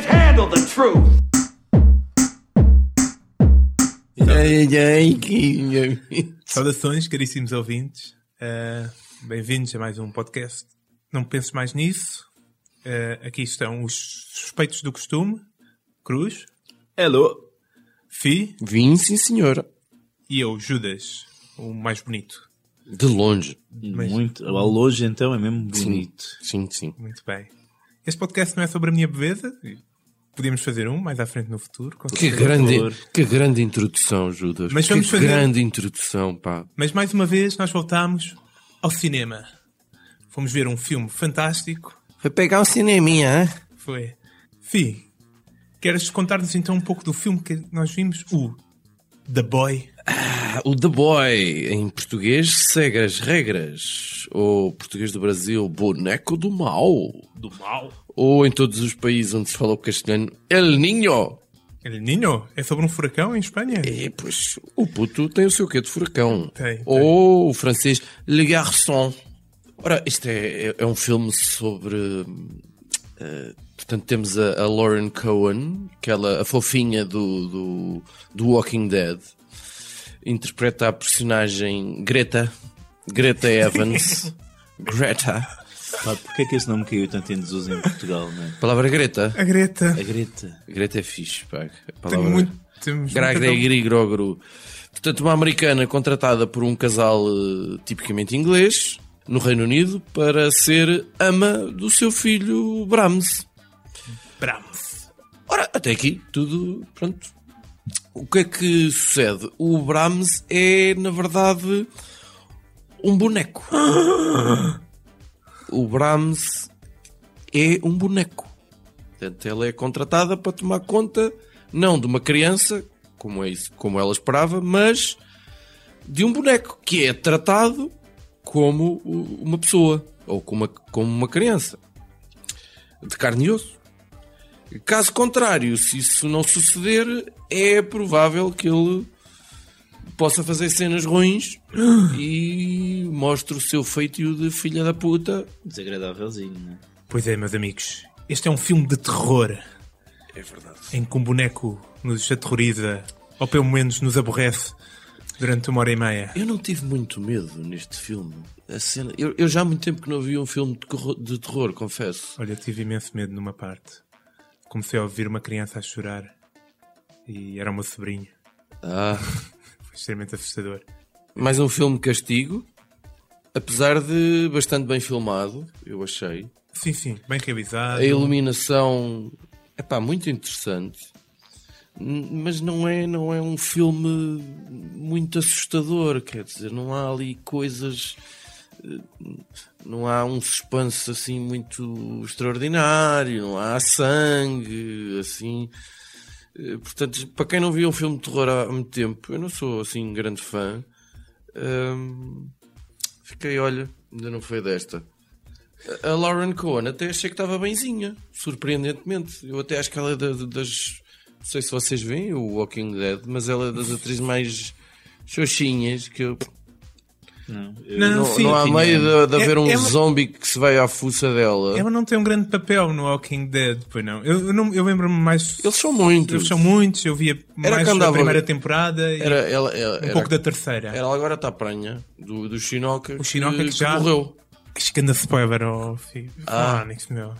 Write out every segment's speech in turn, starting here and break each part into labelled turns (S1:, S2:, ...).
S1: the truth.
S2: Ai, ai, que-
S3: Saudações, caríssimos ouvintes. Eh, Bem-vindos a mais um podcast. Não penso mais nisso. Eh, aqui estão os suspeitos do costume: Cruz,
S4: Hello.
S3: Fi
S2: Vim, sim, senhora.
S3: e eu, Judas, o mais bonito.
S2: De longe.
S3: Mas-
S4: Muito. O Alojo então é mesmo bonito.
S2: Sim, sim.
S3: Muito bem. Este podcast não é sobre a minha beleza. Podíamos fazer um mais à frente no futuro. com
S2: Que
S3: certeza.
S2: grande,
S4: favor.
S2: que grande introdução, Judas.
S3: Mas
S2: que
S3: vamos fazer-
S2: grande introdução, pá.
S3: Mas mais uma vez nós voltámos ao cinema. Fomos ver um filme fantástico.
S2: Foi pegar um cineminha, hein?
S3: Foi. Fi, queres contar-nos então um pouco do filme que nós vimos? O The Boy.
S2: Ah, O The Boy, em português, segue as regras. Ou português do Brasil, boneco do mal.
S3: Do mal.
S2: Ou em todos os países onde se fala o castelhano, El Niño.
S3: El Niño? É sobre um furacão em Espanha?
S2: É, pois, o puto tem o seu quê de furacão.
S3: Tem, tem.
S2: Ou o francês Le Garçon. Ora, isto é, é- é um filme sobre... hum, eh, portanto, temos a, a Lauren Cohen, aquela, a fofinha do, do, do Walking Dead. Interpreta a personagem Greta. Greta Evans. Greta.
S4: Pá, porquê é que esse nome caiu tanto em desuso em Portugal, né?
S2: A palavra Greta.
S3: A Greta.
S4: A Greta.
S2: Greta é fixe, pá. A
S3: Tem
S2: palavra...
S3: muito. Temos
S2: Gragre
S3: muita-
S2: Grigrogru. Portanto, uma americana contratada por um casal eh, tipicamente inglês no Reino Unido para ser ama do seu filho Brahms.
S3: Brahms.
S2: Ora, até aqui tudo pronto. O que é que sucede? O Brahms é, na verdade, um boneco. O Brahms é um boneco. Portanto, ela é contratada para tomar conta, não de uma criança, como, é isso, como ela esperava, mas de um boneco que é tratado como u- uma pessoa ou como uma, como uma criança de carne e osso. Caso contrário, se isso não suceder, é provável que ele possa fazer cenas ruins e mostre o seu feitio de filha da puta.
S4: Desagradávelzinho, né?
S3: Pois é, meus amigos. Este é um filme de terror
S2: É verdade.
S3: em que um boneco nos aterroriza ou pelo menos nos aborrece durante uma hora e meia.
S2: Eu não tive muito medo neste filme. A cena... eu, eu já há muito tempo que não vi um filme de, corro- de terror, confesso.
S3: Olha, eu tive imenso medo numa parte. Comecei a ouvir uma criança a chorar e era o meu sobrinho.
S2: Ah,
S3: Foi extremamente assustador.
S2: mais um filme de castigo. Apesar de bastante bem filmado, eu achei.
S3: Sim, sim, bem realizado.
S2: A iluminação é pá, muito interessante, N- mas não é, não é um filme muito assustador. Quer dizer, não há ali coisas, eh, não há um suspense assim muito extraordinário, não há sangue assim. Eh, Portanto, para quem não viu um filme de terror há muito tempo, eu não sou assim grande fã. hum, fiquei, olha, ainda não foi desta. A Lauren Cohen até achei que estava benzinha, surpreendentemente. Eu até acho que ela é da- da- das. Não sei se vocês veem o Walking Dead, mas ela é das atrizes mais xoxinhas que eu.
S4: Não, eu
S3: Não,
S2: Não,
S3: sim,
S2: não há
S4: tinha-
S2: meio de, de
S3: É-
S2: haver um
S3: ela-
S2: zombie que se vai à fuça dela.
S3: Ela não tem um grande papel no Walking Dead, pois não. Eu, eu não- eu lembro-me mais.
S2: Eles são muitos.
S3: Eles são muitos, eu via mais
S2: que
S3: da
S2: andava-
S3: primeira temporada e
S2: Era, ela, ela-
S3: um
S2: era-
S3: pouco da terceira.
S2: ela agora está pranha do, do Shinoca.
S3: O Shinoca que já-
S2: morreu.
S3: Acho que anda spoiler, oh, filho. Ah, nisso, meu.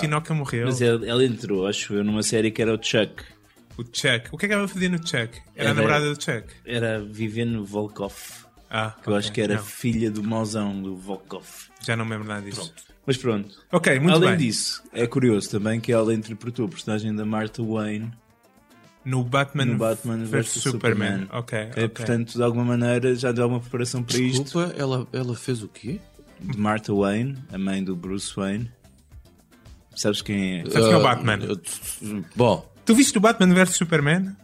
S3: Shinoka morreu.
S4: Mas é- ela, ela entrou, acho eu, numa série que era o Chuck.
S3: O Chuck. O que é que ela fazia no Chuck? Era a
S4: Era-
S3: namorada do Chuck.
S4: Era Vivienne Volkoff.
S3: Ah,
S4: Que eu
S3: ok.
S4: acho que era
S3: Não,
S4: filha do mauzão do Volkoff.
S3: já não me lembro nada disso.
S4: Mas pronto.
S3: Ok, muito
S4: Além
S3: bem.
S4: disso, é curioso também que ela interpretou a personagem da Martha Wayne
S3: No Batman,
S4: no Batman vs
S3: versus
S4: Hum. Superman.
S3: Ok,
S4: É,
S3: ok.
S4: Portanto, de alguma maneira já deu alguma preparação para isto.
S2: Desculpa, ela, ela fez o quê?
S4: De Martha Wayne, a mãe do Bruce Wayne. Sabes quem é?
S3: Sabes que é o
S2: Ah,
S3: Batman?
S2: eu- t- Bom,
S3: Tu viste o Batman vs Superman?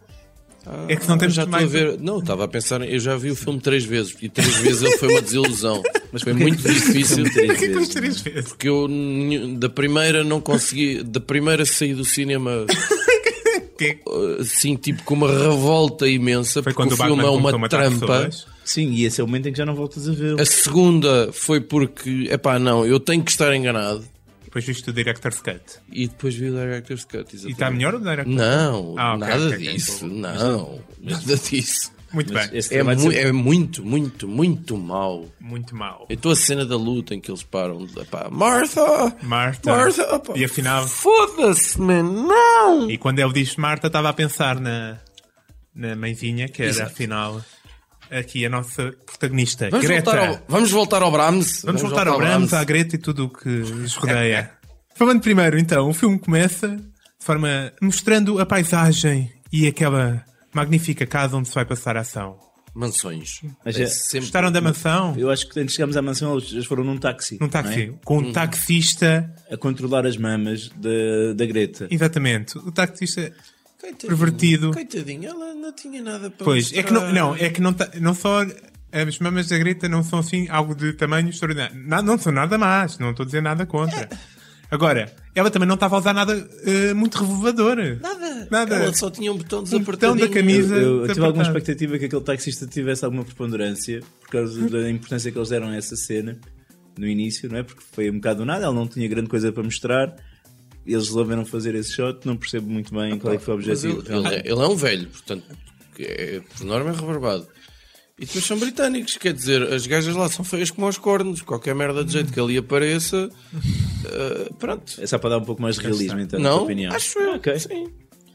S3: é que não
S2: Eu
S3: temos
S2: já estou
S3: mais...
S2: a ver. Não, estava a pensar. Eu já vi o filme três vezes e três vezes ele foi uma desilusão. Mas foi muito
S3: um
S2: difícil.
S4: Três
S3: Porquê que vimos
S4: vezes.
S3: três vezes?
S2: Porque eu nenhum- da primeira não consegui. Da primeira saí do cinema
S3: Que-
S2: assim, tipo com uma revolta imensa.
S3: Foi
S2: porque
S3: quando
S2: o
S3: o Batman
S2: filme é
S3: começou a
S2: uma
S3: matar
S2: trampa.
S3: pessoas.
S4: Sim, e esse é o
S3: É
S4: momento em que já não voltas a vê-lo.
S2: A segunda foi porque, epá, não, eu tenho que estar enganado.
S3: Depois viste o Director's Cut.
S2: E depois vi o Director's Cut.
S3: E está
S2: exatamente.
S3: melhor o Director's
S2: Não,
S3: Ah, ok,
S2: nada
S3: ok, ok,
S2: disso.
S3: então vou-
S2: Não, nada disso.
S3: Muito
S4: Mas
S3: bem.
S4: esse
S2: É,
S4: vai
S2: mu-
S3: um-
S4: ser-
S2: é muito, muito, muito mau.
S3: Muito mal.
S2: Então a cena da luta em que eles param de. Pá, Martha!
S3: Marta.
S2: Martha! Opa,
S3: E afinal.
S2: Foda-se, man! Não!
S3: E quando ele diz Marta, estava a pensar na, na mãezinha, que era
S2: Exato.
S3: afinal aqui a nossa protagonista,
S2: Vamos
S3: Greta.
S2: voltar, ao, vamos voltar ao Brahms.
S3: Vamos voltar ao Brahms, à Greta e tudo o que os rodeia. Falando primeiro, então, o filme começa de forma mostrando a paisagem e aquela magnífica casa onde se vai passar a ação.
S2: Mansões.
S4: Mas
S2: É
S4: é-
S2: sempre-
S3: Gostaram da mansão?
S4: Eu acho que antes de chegarmos à mansão, eles eles foram num táxi.
S3: Num
S4: não é?
S3: táxi. Com um taxista.
S4: A controlar as mamas da, da Greta.
S3: Exatamente. O taxista.
S2: Coitadinho,
S3: pervertido.
S2: Coitadinho, ela não tinha nada para.
S3: Pois, é que não,
S2: mostrar.
S3: não, é que não, tá- não só eh, as mamas da Greta não são assim algo de tamanho extraordinário. Não, não são nada más, não estou a dizer nada
S2: É.
S3: contra. Agora, ela também não estava a usar nada eh, muito revelador.
S2: Nada.
S3: Nada.
S2: Ela só tinha um botão
S3: Um botão
S2: desapertadinho.
S3: da camisa.
S4: Eu, eu tive
S3: desapertado.
S4: alguma expectativa que aquele taxista tivesse alguma preponderância por causa da importância que eles deram a essa cena no início, não é? Porque foi um bocado do nada, ele não tinha grande coisa para mostrar. Eles resolveram fazer esse shot, não percebo muito
S3: Ah,
S4: bem qual é que foi o
S2: Mas ele,
S4: objetivo.
S2: ele é, ele é um velho, portanto, é, por norma é rebarbado. E depois são britânicos, quer dizer, as gajas lá são feias como aos cornos, qualquer merda de jeito que ali apareça, eh, pronto.
S4: É só para dar um pouco mais de realismo, então, na tua
S2: Não,
S4: opinião.
S2: acho eu,
S4: Ah, ok.
S2: sim.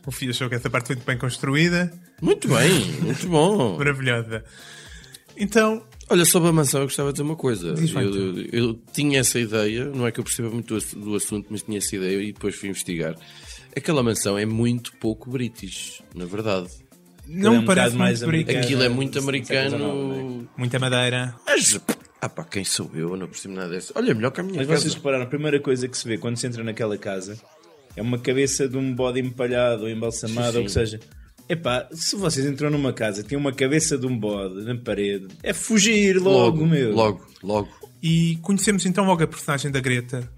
S3: O Fio achou que essa parte foi muito bem construída,
S2: Muito bem, muito bom.
S3: maravilhosa. Então,
S2: Olha, sobre a mansão, eu gostava de dizer uma coisa.
S3: Diz lá,
S2: Eu, eu- eu tinha essa ideia, não é que eu perceba muito do ass- do assunto, mas tinha essa ideia e depois fui investigar. Aquela mansão é muito pouco british, na verdade.
S3: não
S4: é um
S3: me parece
S4: bocado mais
S3: mais
S4: americano.
S3: americano.
S2: Aquilo é muito
S4: Século é? XIX,
S2: americano.
S3: Muita madeira.
S2: Mas, ah pá, quem sou eu? Eu Não percebo nada dessa. Olha, melhor que a minha
S4: Mas
S2: casa.
S4: vocês repararam, a primeira coisa que se vê quando se entra naquela casa é uma cabeça de um bode empalhado ou embalsamado, ou o que seja. Epá, se vocês entram numa casa e tem uma cabeça de um bode na parede, é fugir logo, meu.
S2: Logo, logo.
S3: E conhecemos então logo a personagem da Greta,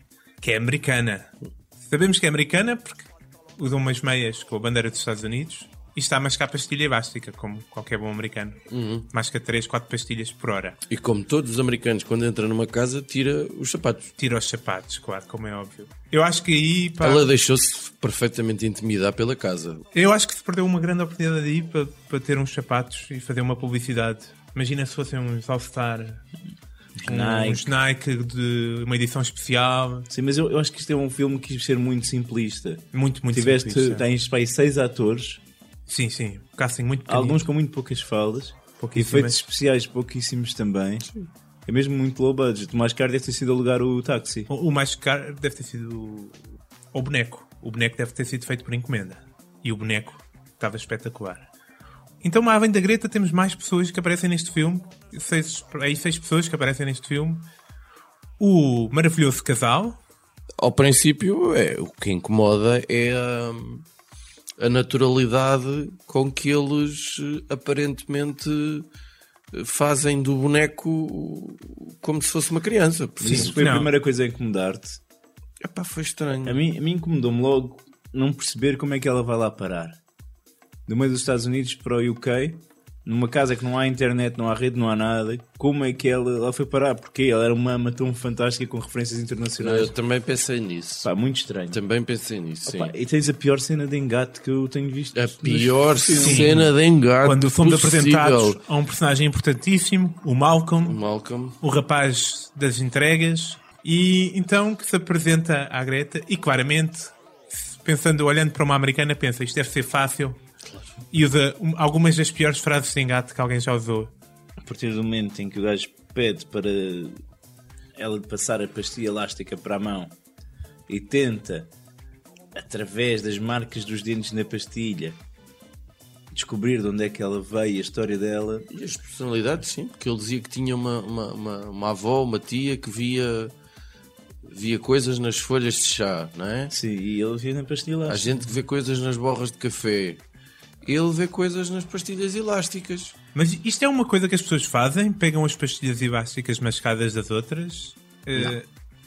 S3: que é americana. Sabemos que é americana porque usa umas meias com a bandeira dos Estados Unidos e está a mascar pastilha elástica, como qualquer bom americano.
S4: Uhum.
S3: Masca 3, 4 pastilhas por hora.
S2: E como todos os americanos, quando entra numa casa, tira os sapatos.
S3: Tira os sapatos, claro, como é óbvio. Eu acho que aí, pá,
S2: Ela deixou-se perfeitamente intimidar pela casa.
S3: eu acho que se perdeu uma grande oportunidade aí para, para ter uns sapatos e fazer uma publicidade. Imagina se fossem uns All-Star,
S4: Nike.
S3: uns Nike de uma edição especial.
S4: Sim, mas eu, eu acho que isto é um filme que quis ser muito simplista.
S3: Muito, muito
S4: Tiveste,
S2: é.
S3: simplista.
S4: tens pá, aí seis atores,
S3: Sim, sim. Um casting muito pequenino.
S4: alguns com muito poucas falas,
S3: Pouquíssimas.
S4: efeitos especiais pouquíssimos também. É mesmo muito low budget. O mais caro deve ter sido alugar o táxi.
S3: O o mais caro deve ter sido o- o boneco. O boneco deve ter sido feito por encomenda. E o boneco estava espetacular. Então, uma além da Greta, temos mais pessoas que aparecem neste filme. Seis, aí seis pessoas que aparecem neste filme. O maravilhoso casal.
S2: Ao princípio, é, o que incomoda é a, a naturalidade com que eles eh, aparentemente eh, fazem do boneco como se fosse uma criança. Por
S4: Mas
S2: isso,
S4: Isso foi
S3: não.
S4: a primeira coisa a incomodar-te.
S2: epá, foi
S4: A
S2: estranho.
S4: mim, a mim incomodou-me logo não perceber como é que ela vai lá parar. Do meio dos Estados Unidos para o UK, numa casa que não há internet, não há rede, não há nada, como é que ela, ela foi parar? Porque ela era uma ama tão fantástica com referências internacionais.
S2: Eu também pensei nisso.
S4: Pá, muito estranho.
S2: Também pensei nisso, sim.
S4: Pá, e tens a pior cena de engate que eu tenho visto.
S2: A
S4: nos
S2: pior
S4: filmes.
S2: cena de engate
S3: Quando fomos
S2: Ah, possível.
S3: apresentados a um personagem importantíssimo, o Malcolm.
S2: O Malcolm.
S3: o rapaz das entregas e então que se apresenta à Greta e claramente pensando, olhando para uma americana pensa, isto deve ser fácil e usa um- algumas das piores frases de engate que alguém já usou
S4: A partir do momento em que o gajo pede para ela passar a pastilha elástica para a mão e tenta, através das marcas dos dentes na pastilha, descobrir de onde é que ela veio e a história dela.
S2: E as personalidades, sim, porque ele dizia que tinha uma, uma, uma, uma avó, uma tia que via, via coisas nas folhas de chá, não é?
S4: Sim, e ele vive na pastilha
S2: Há
S4: elástica.
S2: gente que vê coisas nas borras de café. Ele vê coisas nas pastilhas elásticas.
S3: mas isto é uma coisa que as pessoas fazem pegam as pastilhas elásticas mascadas das outras Eh,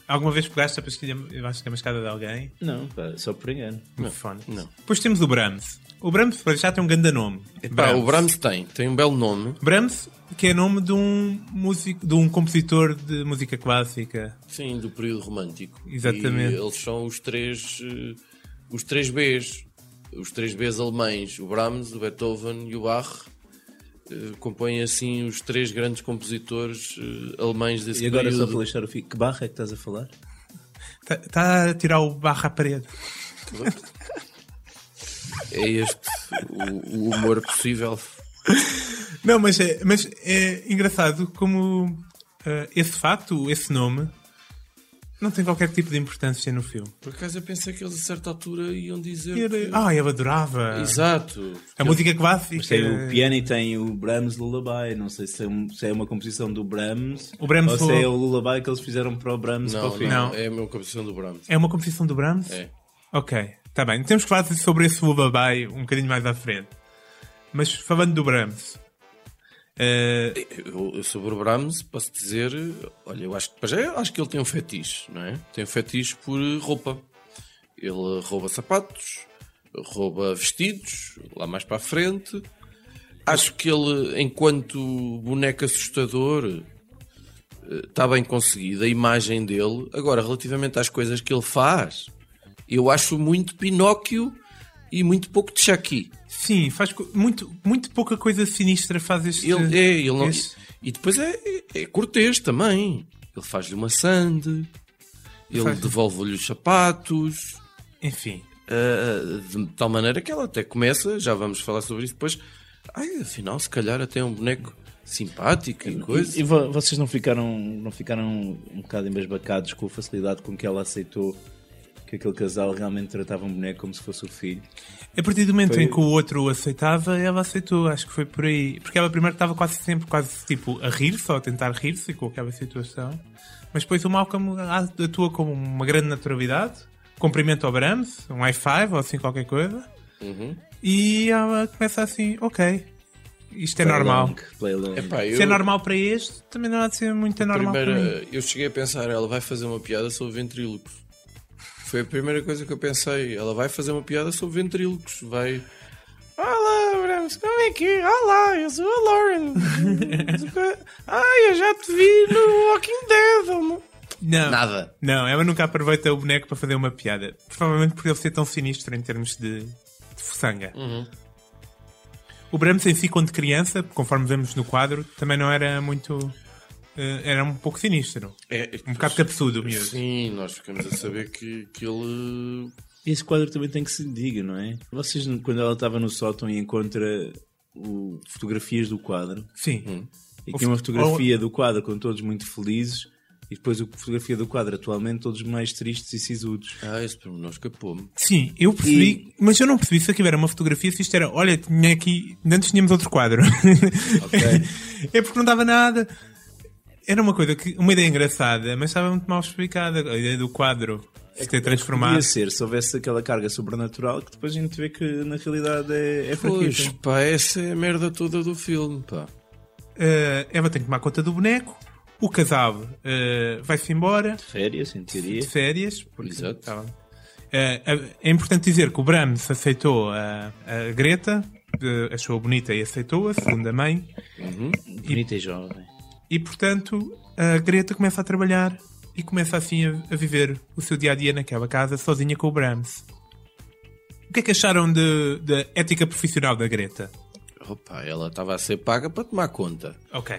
S3: Alguma vez pegaste a pastilha elástica mascada de alguém?
S4: Não, pá, só por engano.
S3: Não, fone.
S2: não.
S3: Depois temos o Brahms. O Brahms, para já tem um grande nome.
S2: Epá, o Brahms tem, tem um belo nome.
S3: Brahms, que é nome de um músico, de um compositor de música clássica.
S2: Sim, do período romântico.
S3: Exatamente.
S2: E eles são os três, eh, os três Bs, os três Bs alemães, o Brahms, o Beethoven e o Bach. eh, Compõem assim os três grandes compositores eh, alemães desse
S4: E agora só
S2: período.
S4: para lixar o fio. Que barra é que estás a falar?
S3: Está tá a tirar o barro à parede.
S2: É este o, o humor possível.
S3: Não, mas é, mas é engraçado como ah, esse facto, esse nome, não tem qualquer tipo de importância no filme.
S2: Por acaso eu pensei que eles a certa altura iam dizer.
S3: E
S2: que-
S3: era- Ah, É eu adorava.
S2: Exato.
S3: A música clássica.
S4: Mas tem o piano e tem o Brahms Lullaby. Não sei se é, um- se é uma composição do Brahms,
S3: O Brahms
S4: ou se
S3: Lullaby.
S4: é o Lullaby que eles fizeram para o Brahms para o
S2: Não,
S4: filme.
S2: não,
S3: Não.
S2: é a minha composição do Brahms.
S3: É uma composição do Brahms?
S2: É.
S3: Ok, está bem. Temos que falar sobre esse Lullaby um bocadinho mais à frente. Mas falando do Brahms, eh,
S2: Eu, eu sobre o Brahms posso dizer, olha, eu acho que para já eu acho que ele tem um fetiche, não é? Tem um fetiche por roupa. Ele rouba sapatos, rouba vestidos, lá mais para a frente. Acho que ele, enquanto boneco assustador, eh, está bem conseguida a imagem dele. Agora, relativamente às coisas que ele faz, eu acho muito Pinóquio e muito pouco de Chucky.
S3: sim, faz co- muito, muito pouca coisa sinistra faz este.
S2: Ele, é, ele não-
S3: este-
S2: e, e depois é, é, é cortês também. Ele faz-lhe uma sande, ele
S3: Faz-
S2: devolve-lhe os sapatos,
S3: Enfim,
S2: ah, de tal maneira que ela até começa, já vamos falar sobre isso depois. Ai, afinal, se calhar até é um boneco simpático e coisa.
S4: E, e vo- vocês não ficaram, não ficaram um bocado embasbacados com a facilidade com que ela aceitou que aquele casal realmente tratava um boneco como se fosse o filho?
S3: a partir do momento
S4: Foi-
S3: em que o outro o aceitava, ela aceitou. Acho que foi por aí. Porque ela primeiro estava quase sempre, quase tipo, a rir-se ou a tentar rir-se com aquela situação. Mas depois o Malcolm atua com uma grande naturalidade. Cumprimenta o Brahms, um high five ou assim qualquer coisa.
S2: Uhum.
S3: E ela começa assim, ok, isto é
S4: Play
S3: normal.
S4: along, play along.
S2: Epá, eu-
S3: Se é normal para este, também não há de ser muito anormal para mim.
S2: primeira, eu cheguei a pensar, ela vai fazer uma piada sobre ventrílocos. Foi a primeira coisa que eu pensei. Ela vai fazer uma piada sobre ventrílocos. Vai. Olá, Brams, como é que é? Olá, eu sou a Lauren. Ai, eu já te vi no Walking Dead.
S3: Não,
S2: Nada.
S3: não, ela nunca aproveita o boneco para fazer uma piada. Provavelmente por ele ser tão sinistro em termos de, de fuçanga.
S4: Uhum.
S3: O Brahms em si, quando criança, conforme vemos no quadro, também não era muito... eh, era um pouco sinistro.
S2: É,
S3: Um bocado capsudo mesmo.
S2: Sim, nós ficamos a saber que, que ele.
S4: Esse quadro também tem que se diga, não é? Vocês, quando ela estava no sótão e encontra o- fotografias do quadro,
S3: Sim.
S4: e
S3: Ou
S4: tinha uma
S3: fo-
S4: fotografia do quadro com todos muito felizes, e depois a fotografia do quadro atualmente todos mais tristes e sisudos.
S2: Ah, esse pormenor escapou-me.
S3: Sim, eu percebi, mas eu não percebi se aquilo era uma fotografia, se isto era, olha, tinha aqui, antes tínhamos outro quadro. é porque não dava nada. Era uma coisa que, uma ideia engraçada, mas estava muito mal explicada, a ideia do quadro se ter transformado.
S4: É Podia ser, se houvesse aquela carga sobrenatural que depois a gente vê que na realidade é, é
S2: Pois,
S4: fraquita.
S2: pá, essa é a merda toda do filme, pá.
S3: Eh, ela tem que tomar conta do boneco, o casal eh, vai-se embora
S4: Férias, em teoria.
S3: de férias, porque
S2: Exato.
S3: estava- Eh, eh, é importante dizer que o Brahms aceitou a, a Greta, eh, achou bonita e aceitou-a, segunda mãe.
S4: Bonita e jovem.
S3: E portanto, a Greta começa a trabalhar e começa assim a, a viver o seu dia a dia naquela casa, sozinha com o Brahms. O que é que acharam de- da ética profissional da Greta?
S2: Opa, ela estava a ser paga para tomar conta.
S3: Ok.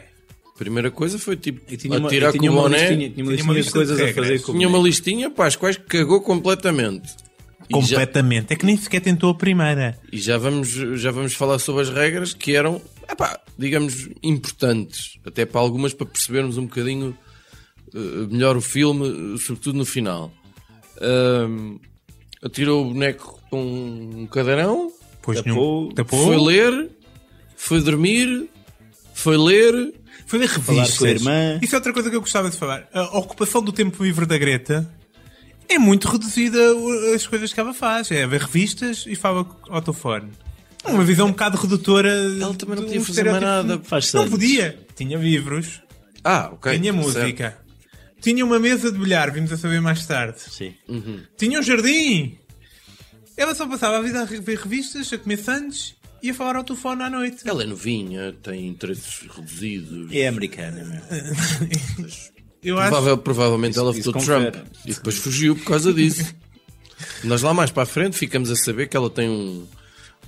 S2: Primeira coisa foi tipo
S4: E tinha uma,
S2: atirar
S4: e tinha
S2: com o
S4: uma
S2: boné.
S4: listinha, tinha uma
S3: Tinha uma
S4: listinha de
S3: lista de
S4: coisas a
S3: regras.
S4: fazer com o
S2: Tinha uma
S4: boneco.
S2: listinha para as quais cagou completamente. E já,
S3: Completamente. É que nem sequer tentou a primeira.
S2: e já vamos, já vamos falar sobre as regras que eram, epá, digamos, importantes. Até para algumas para percebermos um bocadinho eh, melhor o filme, eh, sobretudo no final. Ahm, atirou o boneco com um cadeirão,
S3: Pois
S4: Tapou-
S3: nenhum. Tapou.
S2: foi ler, foi dormir, foi ler.
S3: Foi ler revistas.
S4: com a irmã.
S3: Isso é outra coisa que eu gostava de falar. A ocupação do tempo livre da Greta é muito reduzida o- as coisas que ela faz. É ver revistas e fala ao telefone. Uma visão um bocado redutora.
S2: Ela também não
S3: de
S2: podia
S3: um
S2: fazer mais
S3: estereótipo.
S2: nada.
S4: Faz
S3: Não
S4: anos.
S3: podia. Tinha livros,
S2: Ah, ok.
S3: tinha
S2: certo.
S3: música. Tinha uma mesa de bilhar, vimos a saber mais tarde.
S4: Sim.
S3: Tinha um jardim. Ela só passava a vida a ver revistas, a comer sandes e a falar ao telefone à noite.
S2: Ela é novinha, tem interesses reduzidos.
S4: É americana, meu.
S3: Eu acho.
S2: Provável- provavelmente
S4: Isso-
S2: ela
S4: isso
S2: votou
S4: confere.
S2: Trump e depois fugiu por causa disso. Nós lá mais para a frente ficamos a saber que ela tem um,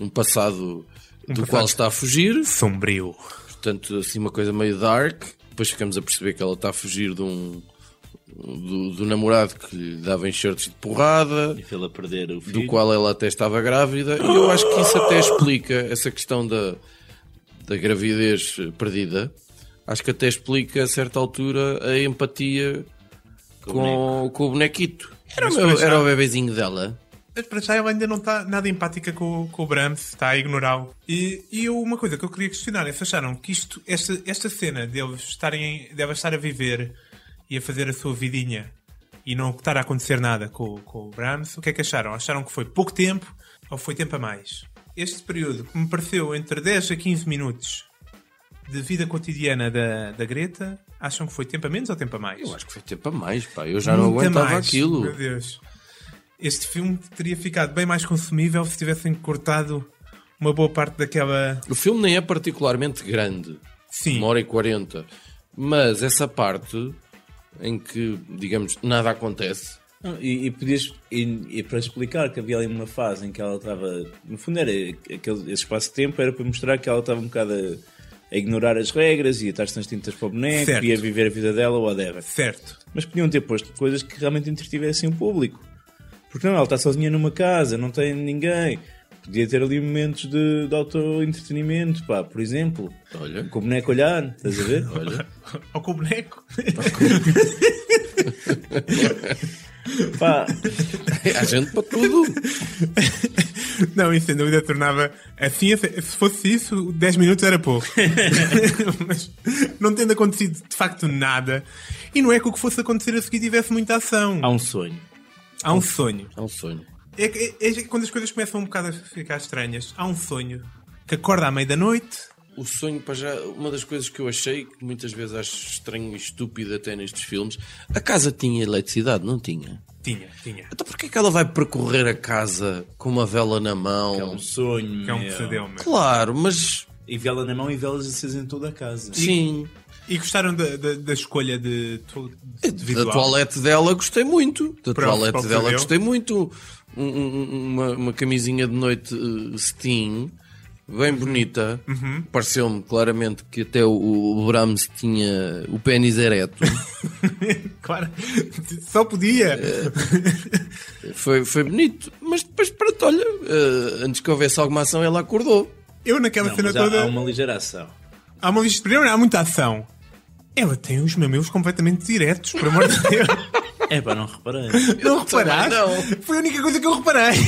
S2: um passado do qual está a fugir,
S3: Sombrio.
S2: portanto, assim uma coisa meio dark. Depois ficamos a perceber que ela está a fugir de um do, do namorado que lhe dava enxertos de porrada,
S4: E fê-la perder o filho.
S2: do qual ela até estava grávida. E eu acho que isso até explica essa questão da, da gravidez eh, perdida. Acho que até explica a certa altura a empatia com, com o bonequito. Era, o
S3: Mas
S2: meu-
S3: para já-
S2: era o bebezinho dela.
S3: Mas para já ela ainda não está nada empática com, o- com o Brams, está a ignorá-lo. E, e eu- uma coisa que eu queria questionar é se acharam que isto, esta, esta cena deles estarem, deve estar a viver e a fazer a sua vidinha e não estar a acontecer nada com, o- com o Brams, o que é que acharam? Acharam que foi pouco tempo ou foi tempo a mais? Este período que me pareceu entre 10 a 15 minutos de vida cotidiana da, da Greta, acham que foi tempo a menos ou tempo a mais?
S2: Eu acho que foi tempo a mais, pá. Eu já não
S3: Nunca
S2: aguentava
S3: mais.
S2: aquilo.
S3: Meu Deus. Este filme teria ficado bem mais consumível se tivessem cortado uma boa parte daquela.
S2: O filme nem é particularmente grande.
S3: Sim.
S2: Uma hora e quarenta. Mas essa parte em que, digamos, nada acontece.
S4: Não, E, e podias. E, e para explicar que havia ali uma fase em que ela estava. No fundo, era aquele, esse espaço de tempo era para mostrar que ela estava um bocado a, a ignorar as regras, ia estar-se nas tintas para o boneco,
S3: Certo.
S4: ia viver a vida dela, whatever.
S3: Certo.
S4: mas podiam ter posto coisas que realmente entretivessem o público. Porque não, ela está sozinha numa casa, não tem ninguém. Podia ter ali momentos de, de auto-entretenimento, pá, por exemplo.
S2: Olha.
S4: Com o boneco a olhar, estás a ver? Olha.
S3: Ou com o boneco.
S4: Pá,
S2: Há gente para tudo.
S3: Não, isso sem dúvida tornava. Assim, se fosse isso, 10 minutos era pouco. Mas não tendo acontecido de facto nada. E não é que o que fosse acontecer a seguir tivesse muita ação.
S4: há um sonho.
S3: Há um sonho.
S2: É um sonho.
S3: É, que- é- é quando as coisas começam um bocado a ficar estranhas. Há um sonho que acorda à meia da noite.
S2: O sonho, para já, uma das coisas que eu achei, que muitas vezes acho estranho e estúpido até nestes filmes, a casa tinha eletricidade, não tinha?
S3: Tinha, tinha.
S2: Então porquê que ela vai percorrer a casa com uma vela na mão?
S4: É um sonho.
S3: Que é um
S4: meu.
S3: pesadelo, meu.
S2: Claro, mas
S4: E vela na mão e velas acesas em toda a casa.
S2: sim,
S3: E gostaram da, da, da escolha de, tu- de, é de
S2: da
S3: visual?
S2: toalete dela gostei muito. Da
S3: Para o- para
S2: toalete
S3: o que
S2: dela
S3: deu.
S2: gostei muito. Um- um- uma, uma camisinha de noite eh, steam, bem bonita.
S3: Uhum.
S2: Pareceu-me claramente que até o, o Brahms tinha o pênis ereto.
S3: Claro, só podia.
S4: Eh.
S2: Foi, foi bonito, mas depois, pronto, olha, eh, antes que houvesse alguma ação, ela acordou.
S3: Eu naquela
S4: Não,
S3: cena
S4: mas há,
S3: toda.
S4: há uma ligeira ação.
S3: Há uma lista superior, há muita ação. Ela tem os mamilos completamente diretos, por amor de Deus.
S4: É pá, não reparei.
S3: não
S2: também
S3: reparaste?
S2: não.
S3: Foi a única coisa que eu reparei.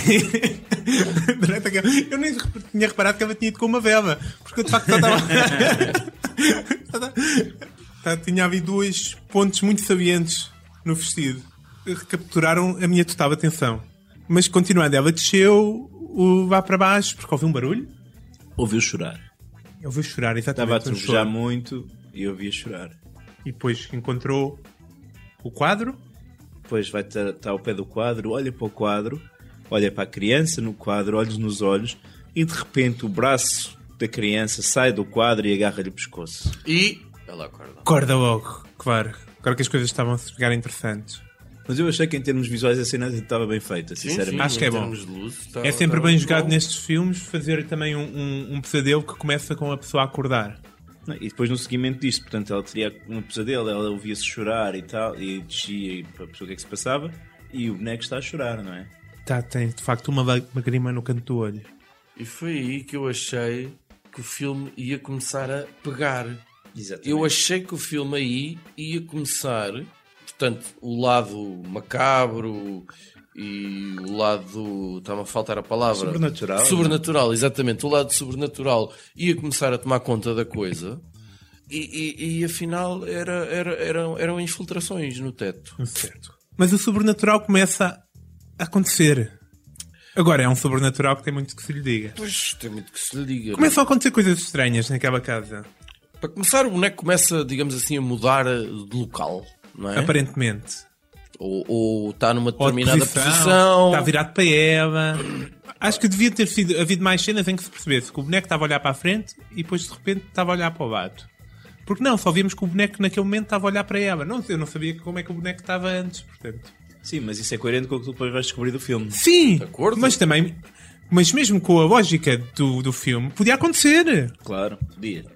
S3: Durante aquela... Eu nem rep- tinha reparado que ela tinha ido com uma vela. Porque eu de facto só estava. Só ta- Tá, tinha havido dois pontos muito sabientes no vestido. Recapturaram a minha total atenção. Mas continuando, ela desceu o vá para baixo porque ouviu um barulho.
S4: Ouviu chorar.
S3: Eu ouviu chorar, exatamente.
S4: Estava a
S3: um
S4: trovejar
S3: choro.
S4: muito e ouvia chorar.
S3: E depois encontrou o quadro.
S4: Depois vai estar tá ao pé do quadro, olha para o quadro, olha para a criança no quadro, olhos nos olhos, e de repente o braço da criança sai do quadro e agarra-lhe o pescoço.
S2: E ela acorda.
S3: Acorda logo, claro. Agora que as coisas estavam a se ficar interessantes.
S4: Mas eu achei que em termos visuais a cena estava bem feita, sinceramente.
S3: Acho que é bom.
S2: Então,
S3: É sempre bem jogado nestes filmes fazer também um, um, um pesadelo que começa com a pessoa a acordar.
S4: Não, Ah, E depois no seguimento disto, portanto, ela teria um pesadelo, ela ouvia-se chorar e tal, e descia e para perceber o que é que se passava, e o boneco está a chorar, não é?
S3: Tá, tem de facto uma la- lágrima no canto do olho.
S2: E foi aí que eu achei que o filme ia começar a pegar.
S4: Exatamente.
S2: Eu achei que o filme aí ia começar, portanto, o lado macabro e o lado. Está-me a faltar a palavra.
S4: Sobrenatural,
S2: Sobrenatural, exatamente. O lado sobrenatural ia começar a tomar conta da coisa. E, e- e, afinal era, era, eram, eram infiltrações no teto.
S3: Hum, Certo. Mas o sobrenatural começa a acontecer. Agora é um sobrenatural que tem muito que se lhe diga.
S2: Pois, tem muito que se lhe diga. é?
S3: Começam a acontecer coisas estranhas naquela casa.
S2: Para começar, o boneco começa, digamos assim, a mudar eh, de local. não é?
S3: aparentemente.
S2: Ou, ou está numa
S3: Ou de tá
S2: determinada posição.
S3: Está virado para ela. Acho que devia ter sido, havido mais cenas em que se percebesse que o boneco estava a olhar para a frente e depois de repente estava a olhar para o lado. Porque não, só vimos que o boneco naquele momento estava a olhar para ela. Não, eu não sabia como é que o boneco estava antes, portanto.
S4: Sim, mas isso é coerente com o que tu depois vais descobrir do filme.
S3: Sim!
S2: acordo.
S3: Mas também. Mas mesmo com a lógica do, do filme, podia acontecer.
S4: Claro, podia.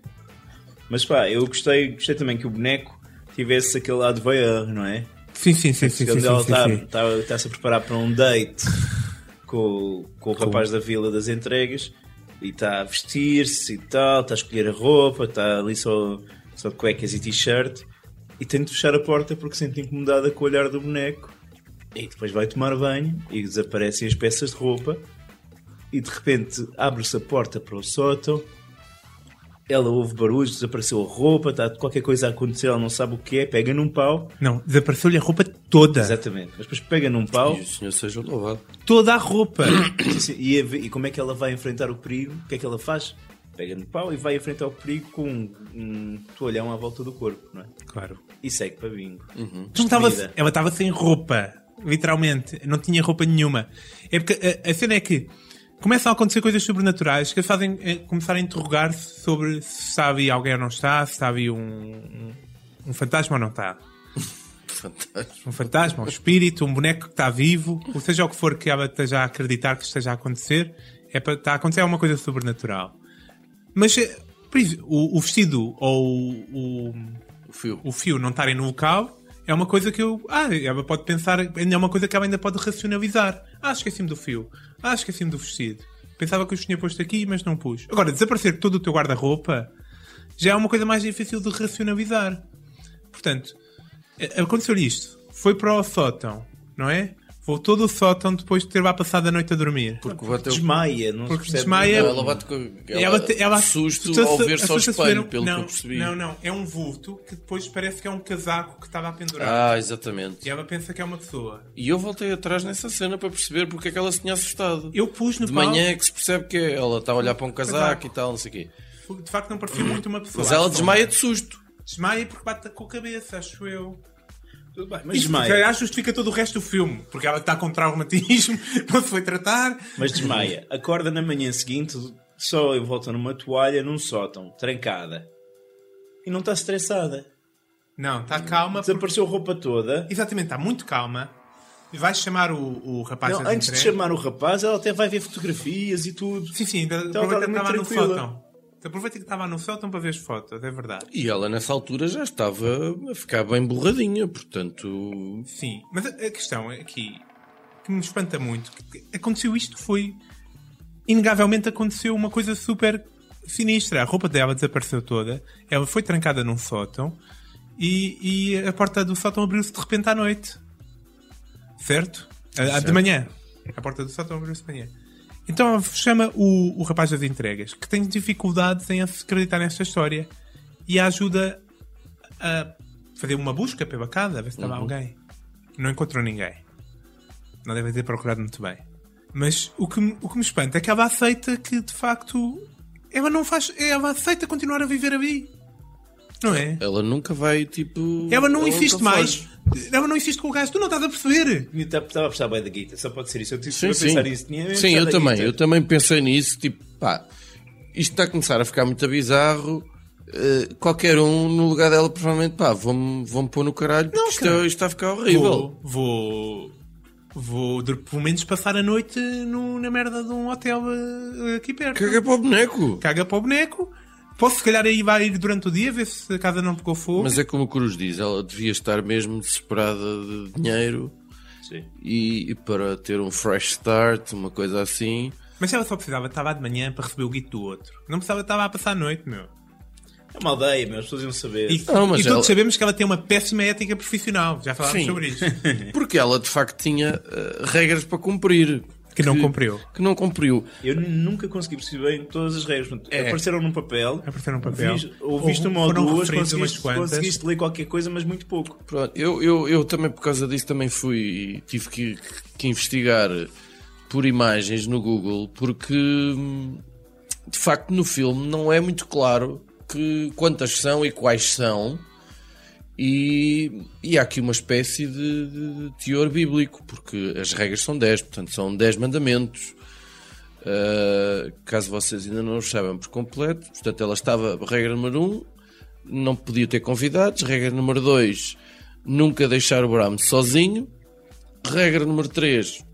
S4: Mas pá, eu gostei, gostei também que o boneco tivesse aquele lado voyeur, não é?
S3: Sim, sim, sim, sim.
S4: Sim,
S3: sim, sim,
S4: ela
S3: sim,
S4: está
S3: sim.
S4: se a preparar para um date com, o- com o rapaz da Vila das Entregas e está a vestir-se e tal, está a escolher a roupa, está ali só, só de cuecas e t-shirt e tem de fechar a porta porque se sente incomodada com o olhar do boneco e depois vai tomar banho e desaparecem as peças de roupa e de repente abre-se a porta para o sótão ela ouve barulhos, desapareceu a roupa, está qualquer coisa a acontecer, ela não sabe o que é, pega num pau
S3: Não, desapareceu-lhe a roupa toda.
S4: Exatamente. Mas depois pega num pau
S2: E o senhor seja louvado.
S3: Toda a roupa.
S4: sim, sim, e, a ver- e como é que ela vai enfrentar o perigo? O que é que ela faz? Pega no pau e vai enfrentar o perigo com um, um toalhão à volta do corpo, não é?
S3: claro.
S4: E segue para bingo.
S3: Não tava-
S4: Despedida.
S3: ela estava sem roupa, literalmente. Não tinha roupa nenhuma. É porque a, a cena é que começam a acontecer coisas sobrenaturais que as fazem eh, começar a interrogar-se sobre se está ali alguém ou não está, se está ali um, um, um fantasma ou não está.
S2: Fantástico.
S3: Um fantasma, um espírito, um boneco que está vivo, ou seja o que for que ela esteja a acreditar que esteja a acontecer, é para, está a acontecer alguma coisa sobrenatural. Mas eh, por isso, o, o vestido ou o- o
S2: O fio.
S3: o fio não estarem no local é uma coisa que eu. Ah, ela pode pensar. É uma coisa que ela ainda pode racionalizar. Ah, esqueci-me do fio. Ah, esqueci-me do vestido. Pensava que os tinha posto aqui, mas não pus. Agora, desaparecer todo o teu guarda-roupa já é uma coisa mais difícil de racionalizar. Portanto, a- aconteceu-lhe isto. Foi para o sótão, não é? Voltou do sótão depois de ter lá passado a noite a dormir.
S2: Porque bateu.
S4: Desmaia, não se
S3: Porque
S4: percebe.
S3: desmaia-
S2: Não, ela bate com. Ela,
S3: te-
S2: susto
S3: assusta-se-
S2: ao ver-se ao
S3: assusta-se
S2: espelho,
S3: ver um-
S2: pelo
S3: não,
S2: que eu percebi.
S3: Não, não. É um vulto que depois parece que é um casaco que estava a pendurar.
S2: Ah, exatamente.
S3: E ela pensa que é uma pessoa.
S2: E eu voltei atrás nessa cena para perceber porque é que ela se tinha assustado.
S3: Eu pus no
S2: De
S3: pau,
S2: manhã é que se percebe que ela está a olhar para um casaco
S3: Casaco.
S2: e tal, não sei o quê.
S3: de facto não parecia muito uma pessoa.
S2: Hum. Mas ela
S3: Acho que
S2: desmaia de susto.
S3: Desmaia porque bate com a cabeça, acho eu.
S4: Tudo bem, mas
S3: Mas desmaia.
S4: desmaia.
S3: Aliás, justifica todo o resto do filme, porque ela está com traumatismo, não se foi tratar.
S4: Mas desmaia. Acorda na manhã seguinte, só eu volto numa toalha num sótão, trancada. E não está estressada.
S3: Não, está calma. porque-
S4: Desapareceu a roupa toda.
S3: Exatamente, está muito calma. E vai chamar o, o rapaz
S4: Não,
S3: das
S4: antes de
S3: entregas.
S4: chamar o rapaz, ela até vai ver fotografias e tudo.
S3: Sim, sim, ainda
S4: Então
S3: aproveita que
S4: ela está
S3: estava no
S4: muito tranquila.
S3: sótão. Então, Aproveita que estava no sótão para ver as fotos, é verdade.
S2: E ela nessa altura já estava a ficar bem borradinha, portanto.
S3: Sim, mas a a questão é aqui que me espanta muito que que aconteceu isto foi inegavelmente aconteceu uma coisa super sinistra. A roupa dela desapareceu toda, ela foi trancada num sótão e, e a porta do sótão abriu-se de repente à noite. Certo? A- a- De manhã. A porta do sótão abriu-se de manhã. Então ela chama o, o rapaz das entregas, que tem dificuldades em se acreditar nesta história e a ajuda a fazer uma busca pela casa, a ver se estava alguém. Não encontrou ninguém. Não devem ter procurado muito bem. Mas o que, me- o que me espanta é que ela aceita que, de facto, ela não faz. Ela aceita continuar a viver ali. Não é?
S2: Ela nunca vai tipo.
S3: Ela não insiste
S2: nunca
S3: mais.
S2: foge.
S3: Ela não insiste com o gajo. Tu não estás a perceber.
S4: Eu Estava estava a prestar bem da guita, só pode ser isso. Eu tive
S2: Sim,
S4: a
S2: sim.
S4: pensar nisso.
S2: sim,
S4: Tinha
S2: eu
S4: pensado então. na
S2: também.
S4: guita.
S2: Eu também pensei nisso. Tipo, pá, isto está a começar a ficar muito bizarro. Eh, qualquer um no lugar dela, provavelmente, pá, vão-me vão pôr no caralho. Não, isto,
S3: cara.
S2: isto está a ficar horrível.
S3: Vou. Vou. Vou, de- pelo menos, passar a noite no- na merda de um hotel eh, aqui perto.
S2: Caga para o boneco.
S3: Caga para o boneco. Posso, se calhar, aí vai ir durante o dia, ver se a casa não pegou fogo.
S2: Mas é como o Cruz diz, ela devia estar mesmo desesperada de dinheiro
S4: Sim.
S2: e, e para ter um fresh start, uma coisa assim.
S3: Mas ela só precisava estar lá de manhã para receber o guito do outro. Não precisava estar lá a passar a noite, meu.
S4: É uma aldeia, meu, as pessoas iam saber.
S3: E,
S2: Não, mas
S3: e todos
S2: ela-
S3: sabemos que ela tem uma péssima ética profissional. Já falámos
S2: Sim.
S3: sobre isso.
S2: Porque ela de facto tinha eh, regras para cumprir.
S3: Que não cumpriu.
S2: Que não cumpriu.
S4: Eu n- nunca consegui perceber bem todas as regras. Portanto,
S2: É.
S4: Apareceram num papel,
S3: Apareceram num papel.
S4: Vis, ouviste
S3: Ou
S4: uma ou
S3: foram
S4: duas,
S3: referidos umas
S4: conseguiste,
S3: quantas.
S4: conseguiste ler qualquer coisa, mas muito pouco.
S2: Pronto, eu, eu, eu também por causa disso também fui tive que, que investigar por imagens no Google porque hum, de facto no filme não é muito claro que quantas são e quais são E, e há aqui uma espécie de, de teor bíblico, porque as regras são 10, portanto são 10 mandamentos. Uh, caso vocês ainda não os saibam por completo, portanto ela estava, regra número 1, um, não podia ter convidados, regra número 2, nunca deixar o Brahma sozinho, regra número 3,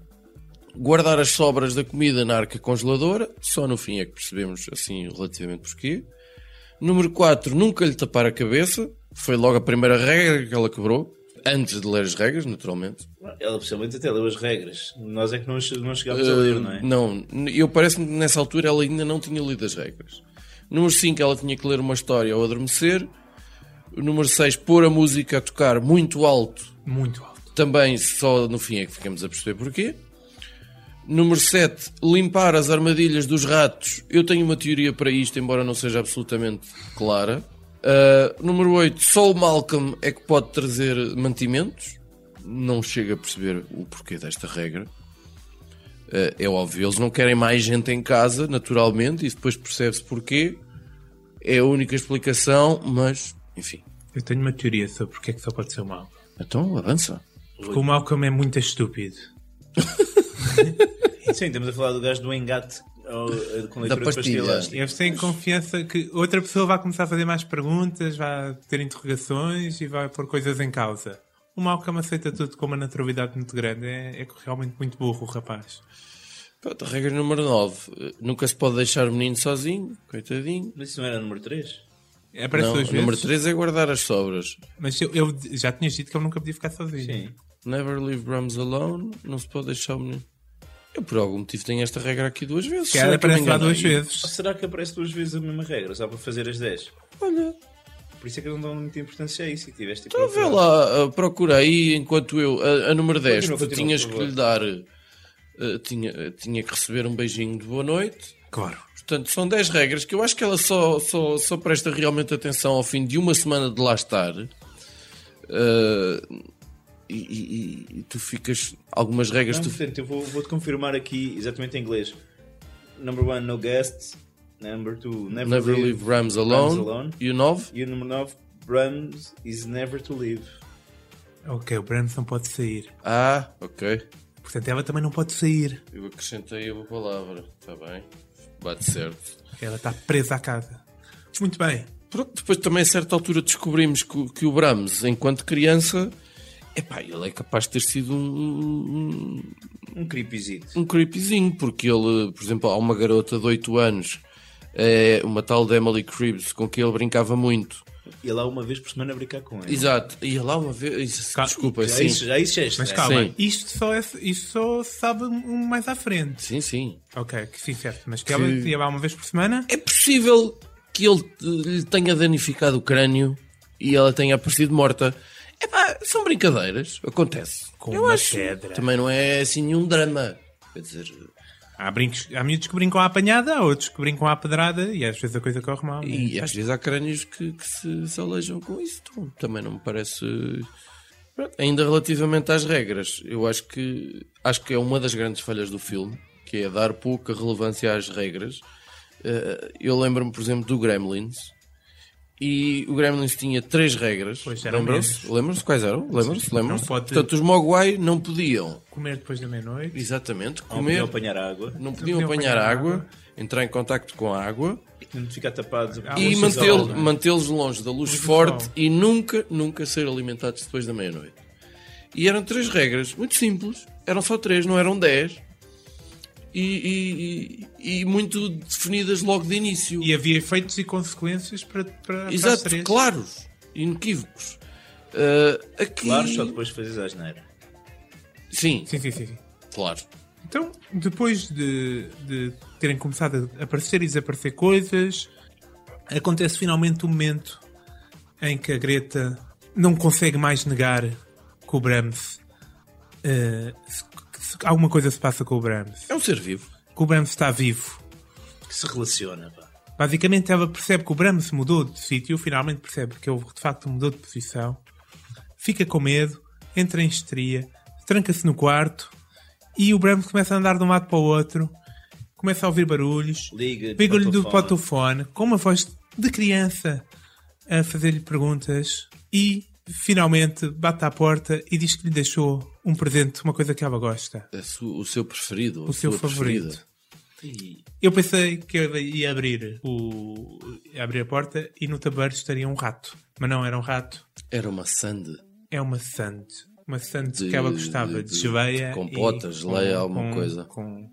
S2: guardar as sobras da comida na arca congeladora, só no fim é que percebemos assim relativamente porquê. Número 4, nunca lhe tapar a cabeça, foi logo a primeira regra que ela quebrou, antes de ler as regras, naturalmente.
S4: Ela possivelmente até leu as regras. Nós é que não, che- não chegámos a
S2: Eh,
S4: ler, não é?
S2: Não, eu parece-me que nessa altura ela ainda não tinha lido as regras. Número 5, ela tinha que ler uma história ao adormecer. Número 6, pôr a música a tocar muito alto
S3: Muito alto.
S2: Também só no fim é que ficamos a perceber porquê. Número 7, limpar as armadilhas dos ratos. Eu tenho uma teoria para isto, embora não seja absolutamente clara. Ah, número 8, só o Malcolm é que pode trazer mantimentos. Não chega a perceber o porquê desta regra. Ah, é óbvio, eles não querem mais gente em casa, naturalmente, e depois percebe-se porquê. É a única explicação, mas, enfim.
S3: Eu tenho uma teoria sobre porque é que só pode ser o mal.
S2: Então, avança.
S3: Porque o Malcolm é muito estúpido.
S4: Sim, estamos a falar do gajo do engate ao- com
S2: Da
S4: leitura de
S2: pastilha.
S4: elástica.
S3: Eles têm confiança que outra pessoa vai começar a fazer mais perguntas, vai ter interrogações e vai pôr coisas em causa. O Malcolm aceita tudo com uma naturalidade muito grande. É, é realmente muito burro o rapaz.
S2: Pronto, regra número 9. Nunca se pode deixar o menino sozinho, coitadinho.
S4: Mas isso não era número 3?
S3: Aparece
S2: Não,
S3: duas
S2: número
S3: vezes.
S2: 3 é guardar as sobras.
S3: Mas eu, eu já tinhas dito que eu nunca podia ficar sozinho.
S4: Sim.
S2: Never leave Brahms alone. Não se pode deixar o menino. Eu, por algum motivo, tenho esta regra aqui duas vezes.
S3: Que ela
S2: Será é que eu me
S3: aparece lá
S2: enganei?
S3: duas
S4: Ou
S3: vezes.
S4: será que aparece duas vezes a mesma regra, só para fazer as 10?
S2: Olha,
S4: Por isso é que eles não dão muita importância a isso. E tiveste
S2: então vê lá, ah, procura aí enquanto eu. A, a número 10,
S4: Continua,
S2: tu
S4: continua,
S2: tinhas
S4: por
S2: que lhe dar. ah, tinha, ah, tinha que receber um beijinho de boa noite.
S3: Claro.
S2: Portanto, são 10 regras que eu acho que ela só, só, só presta realmente atenção ao fim de uma semana de lá estar. Uh, e, e- e tu ficas. Algumas regras.
S4: Não,
S2: tu...
S4: portanto, eu vou- vou-te confirmar aqui exatamente em inglês. Number 1, no guest. Number 2, never,
S2: Never
S4: leave.
S2: leave Rams alone.
S4: Rams alone.
S2: E o 9?
S4: E o número 9, Brahms is never to leave.
S3: Ok, o Branson pode sair.
S2: Ah, ok.
S3: Portanto, ela também não pode sair.
S2: Eu acrescentei a palavra. Está bem. Bate certo.
S3: Ela está presa à casa. Muito bem.
S2: Pronto, depois também a certa altura descobrimos que, o- que o Brahms, enquanto criança, epá, ele é capaz de ter sido um- um,
S4: Um creepyzito.
S2: um creepyzinho, porque ele, por exemplo, há uma garota de 8 anos, é, uma tal de Emily Cribbs, com quem ele brincava muito.
S4: E lá uma vez por semana brincar com ele.
S2: Exato, ia lá uma vez. isso-
S3: Ca-
S2: Desculpa,
S4: Já
S2: sim.
S4: isso, já isso é
S3: Mas
S4: estranho.
S3: calma,
S2: Sim.
S3: isto só, é, isto só sabe um mais à frente.
S2: Sim, sim.
S3: Ok, que sim, certo. Mas que ela ia lá uma vez por semana.
S2: É possível que ele eh, lhe tenha danificado o crânio e ela tenha aparecido morta. Epá, são brincadeiras, acontece.
S3: Com
S2: Eu
S3: uma
S2: acho.
S3: pedra.
S2: Também não é assim nenhum drama. Quer dizer,
S3: Há, brincos, há miúdos que brincam à apanhada, há outros que brincam à pedrada e às vezes a coisa corre mal. né?
S2: e às vezes há crânios que, que se, se alejam com isso. Então, também não me parece Pronto, Ainda relativamente às regras, eu acho que acho que é uma das grandes falhas do filme, que é dar pouca relevância às regras. Eh, eu lembro-me, por exemplo, do Gremlins. E o Gremlins tinha três regras.
S3: Pois, eram
S2: Lembram-se? Lembram-se quais eram? Lembram-se? Lembram
S3: Não pode-
S2: Portanto, os Mogwai não podiam,
S3: Comer depois da meia-noite.
S2: exatamente,
S4: Não podiam
S2: comer,
S4: apanhar água.
S2: não podiam apanhar água, entrar em contacto com a água
S4: Não ficar tapados.
S3: Ah,
S2: e
S3: luz
S2: mantê-lo-
S3: do sol, não é?
S2: mantê-los longe da luz
S3: Luz do
S2: forte
S3: sol.
S2: e nunca, nunca ser alimentados depois da meia-noite. E eram três regras, muito simples, eram só três, não eram dez, e, e- e- e muito definidas logo de início.
S3: E havia efeitos e consequências para, para, para as
S2: Exato,
S3: três.
S2: claros, inequívocos. Ah, aqui...
S4: Claro, só depois de fazeres a asneira.
S2: Sim,
S3: Sim, sim, sim. sim.
S2: claro.
S3: Então, depois de, de terem começado a aparecer e desaparecer coisas, acontece finalmente o momento em que a Greta não consegue mais negar que o Brahms. eh, se- se- alguma coisa se passa com o Brahms.
S2: É um ser vivo.
S3: Que o Brahms está vivo.
S4: Que se relaciona, pá.
S3: Basicamente, ela percebe que o Brahms mudou de sítio, finalmente percebe que ele de facto mudou de posição, fica com medo, entra em histeria, tranca-se no quarto e o Brahms começa a andar de um lado para o outro, começa a ouvir barulhos,
S4: Liga-lhe
S3: pega-lhe
S4: para o
S3: do para o
S4: telefone.
S3: telefone, com uma voz de criança a fazer-lhe perguntas e finalmente bate à porta e diz que lhe deixou um presente, uma coisa que ela gosta.
S2: A su- o seu preferido. a
S3: O seu
S2: sua
S3: favorito.
S2: preferida.
S3: Eu pensei que eu ia abrir, o, ia abrir a porta e no tabuleiro estaria um rato. Mas não era um rato,
S2: Era uma sande.
S3: é uma sand. Uma sand
S2: De-
S3: que ela gostava
S2: de-
S3: de,
S2: de- de
S3: geleia. e
S2: compota,
S3: com-
S2: geleia, alguma
S3: com-
S2: coisa.
S3: Com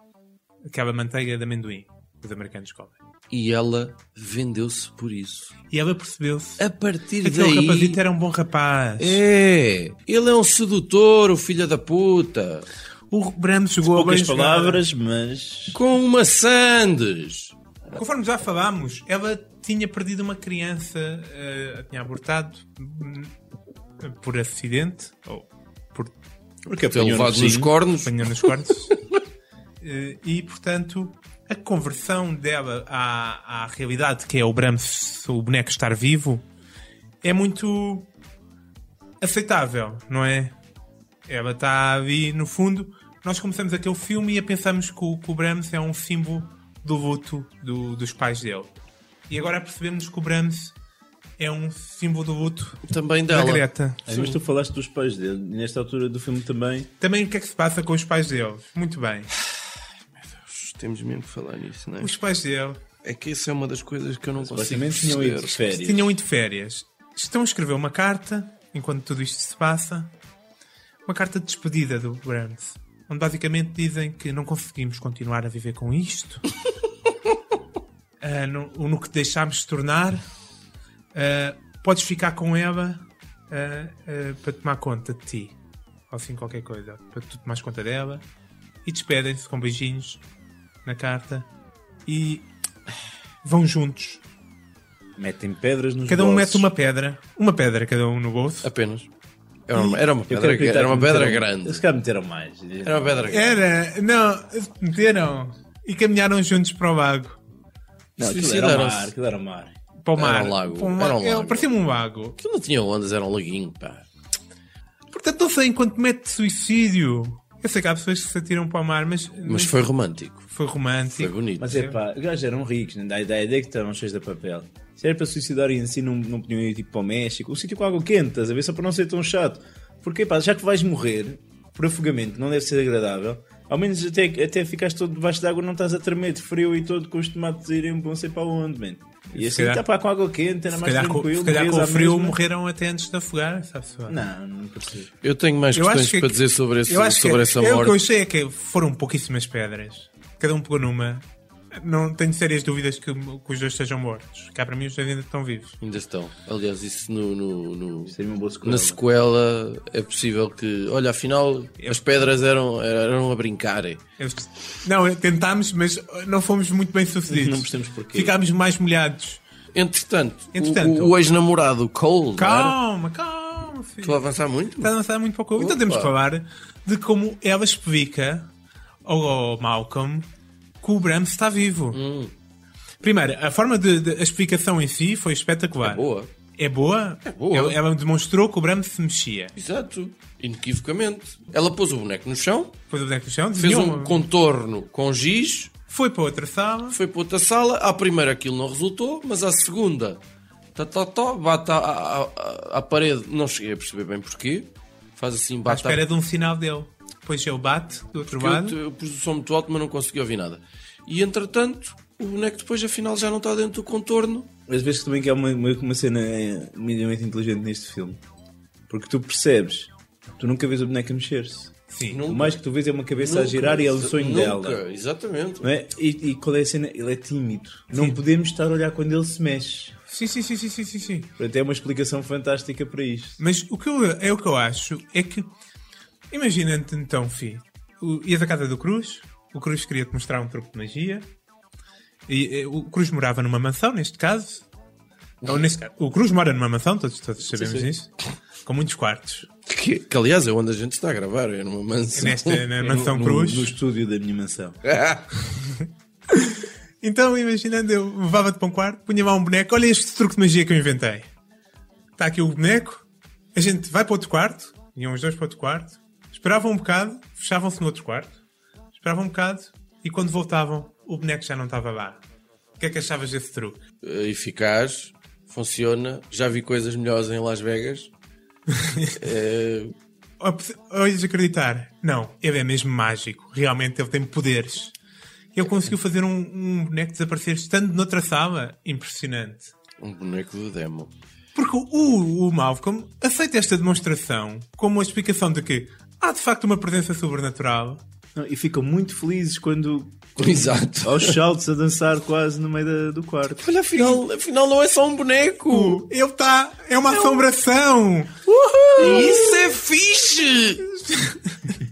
S3: aquela manteiga de amendoim que os americanos comem.
S2: E ela vendeu-se por isso.
S3: E ela percebeu-se.
S2: A partir
S3: Aquele
S2: daí...
S3: rapazito era um bom rapaz.
S2: É, ele é um sedutor, o filho da puta.
S3: O Bram chegou a
S4: Poucas
S3: bem
S4: palavras, mas.
S2: Com uma Sandes.
S3: jogar. Conforme já falámos, ela tinha perdido uma criança, eh, a tinha abortado hum, por acidente ou por
S4: Porque
S2: Foi
S4: apanhou
S2: levado é nos cornos.
S3: apanhou nos cortes. Eh, e, portanto, a conversão dela à, à realidade que é o Brahms, o boneco estar vivo, é muito aceitável, não é? Ela está ali, no fundo, nós começamos aquele filme e a pensamos que o, que o Brahms é um símbolo do luto do- dos pais dele. E agora percebemos que o Brahms é um símbolo do luto
S2: Também
S3: da
S2: dela.
S3: Greta.
S4: Ah, mas tu falaste dos pais dele, nesta altura do filme também.
S3: Também o que é que se passa com os pais deles? Muito bem.
S2: Temos mesmo que falar nisso, não é?
S3: Os pais dele
S2: É que isso é uma das coisas que eu não consigo
S4: Basicamente tinham ido de
S2: perceber.
S4: férias.
S3: tinham ido de férias. Estão a escrever uma carta, enquanto tudo isto se passa. Uma carta de despedida do Burns. Onde basicamente dizem que não conseguimos continuar a viver com isto. Ah, no, no que deixámos de tornar. Ah, podes ficar com ela ah, ah, para tomar conta de ti. Ou assim qualquer coisa. Para tu tomares conta dela. E despedem-se com beijinhos na carta. E vão juntos
S4: Metem pedras nos
S3: Cada um
S4: bolsos.
S3: mete uma pedra. Uma pedra cada um no bolso.
S2: Apenas. Era uma, era uma
S4: Eu quero um
S2: pedra,
S4: acreditar
S2: era uma
S4: que
S2: pedra
S4: meteram-
S2: grande.
S4: Eles cá meteram mais.
S2: Era uma pedra grande.
S3: Era, não, meteram. E caminharam juntos para o lago.
S4: Não, aquilo era
S2: Suicidaram-se.
S4: mar, aquilo era mar.
S3: Para o
S2: Era
S3: mar.
S2: um lago,
S3: Para um
S2: era um
S3: lago. É,
S2: lago.
S3: Parecia-me um lago.
S2: Aquilo não tinha ondas, era um laguinho, pá.
S3: Portanto, não sei enquanto mete suicídio. Eu sei que há pessoas que se atiram para o mar, mas,
S2: Mas foi romântico.
S3: foi
S2: Foi
S3: romântico.
S2: bonito.
S4: Mas é pá, os gajos eram ricos, né? da ideia de que estavam cheios de papel. Se era para suicidar e assim não, não podiam ir tipo para o México, um sítio com água quente, estás a ver? Só para não ser tão chato. Porque pá, já que vais morrer por afogamento, não deve ser agradável. Ao menos até, até ficaste todo debaixo de água, não estás a tremer de frio e todo com os tomates a irem não sei para onde, man. E
S3: Se
S4: assim
S3: calhar-
S4: está pá, com água quente, era
S3: Se
S4: mais
S3: calhar, com,
S4: tranquilo.
S3: se calhar
S4: morrias
S3: com o
S4: à
S3: frio
S4: mesma.
S3: morreram até antes de afogar, sabe-se lá.
S4: Não, não percebo.
S2: Eu tenho mais
S3: Eu
S2: questões
S3: acho que-
S2: para dizer sobre, esse,
S3: Eu acho que
S2: sobre essa
S3: é, o que eu
S2: morte.
S3: achei é que foram pouquíssimas pedras. Cada um pegou numa. Não tenho sérias dúvidas que, que os dois estejam mortos. Cá para mim os dois ainda estão vivos.
S2: Ainda estão. Aliás, isso no- no- no,
S4: Seria é uma boa sequela.
S2: na sequela é possível que, olha, afinal
S4: É
S2: as pedras eram, eram a brincar.
S3: Eu- Não, eu- tentámos, mas não fomos muito bem sucedidos.
S4: Não percebemos porquê.
S3: Ficámos mais molhados.
S2: Entretanto, o-
S3: Entretanto.
S2: o, o ex-namorado Cole, não era?
S3: Calma, calma, filho.
S2: estou a avançar muito.
S3: Está a lançar muito pouco. Então
S2: Opa.
S3: temos que falar de como ela explica ao- ao Malcolm que o Bram está vivo.
S2: Hum.
S3: Primeiro, a forma de, de- a explicação em si foi espetacular.
S2: É boa.
S3: É boa?
S2: boa.
S3: Ela, ela demonstrou que o Bram se mexia.
S2: Exato, inequivocamente. Ela pôs o boneco no chão,
S3: Foi do boneco do chão,
S2: fez
S3: desenhou
S2: um
S3: uma-
S2: contorno com giz,
S3: foi para outra sala.
S2: foi para outra sala. À primeira aquilo não resultou, mas à segunda, tá, tá, tá, bate à, à, à- à parede. Não cheguei a perceber bem porquê. Faz assim,
S3: À
S2: bate à
S3: espera de um sinal dele. Depois ele bate do outro
S2: Porque
S3: lado.
S2: eu, eu pus o som muito alto, mas não consegui ouvir nada. E entretanto, o boneco depois afinal já não está dentro do contorno.
S4: Às vezes também que há uma, uma, uma cena eh, minimamente inteligente neste filme. Porque tu percebes, tu nunca vês o boneco a mexer-se.
S3: Sim.
S2: Não-
S4: O
S2: Nunca.
S4: mais que tu vês é uma cabeça a
S2: Nunca,
S4: girar e é o
S2: exa-
S4: sonho
S2: nunca,
S4: dela.
S2: Exatamente.
S4: Não é? e, e qual é a cena? Ele é tímido. Não podemos estar a olhar quando ele se mexe.
S3: Sim, sim, sim, sim, sim, sim, sim.
S4: Portanto, é uma explicação fantástica para isto.
S3: Mas o que eu, é o que eu acho é que. Imagina-te então, Fi. o- Ias à casa do Cruz, o Cruz queria te mostrar um truque de magia. E, eh, o Cruz morava numa mansão, neste caso. Ou neste caso, o Cruz mora numa mansão, todos, todos sabemos
S4: Uhum. sim.
S3: isso. Com muitos quartos.
S2: Que, que, aliás é onde a gente está a gravar, é numa mansão.
S3: Nesta na mansão
S4: no,
S3: Cruz.
S4: No estúdio da minha mansão.
S3: Então, imaginando, eu levava-te para um quarto, punha lá um boneco, olha este truque de magia que eu inventei. Está aqui o boneco, a gente vai para outro quarto, iam os dois para outro quarto, esperavam um bocado, fechavam-se no outro quarto, esperavam um bocado, e quando voltavam, o boneco já não estava lá. O que é que achavas desse truque?
S2: Eh, Eficaz, funciona. Já vi coisas melhores em Las Vegas. Eh,
S3: Ou ou ias acreditar? Não, ele é mesmo mágico. Realmente ele tem poderes. Ele conseguiu fazer um, um boneco desaparecer estando noutra sala. Impressionante.
S2: um boneco do demo.
S3: Porque o, o Malcolm aceita esta demonstração como uma explicação de que há de facto uma presença sobrenatural.
S4: Não, e ficam muito felizes quando.
S2: Exato.
S4: aos shouts a dançar quase no meio da- do quarto.
S2: Olha, afinal, afinal não é só um boneco.
S3: Ele está. É uma assombração!
S2: Isso é fixe!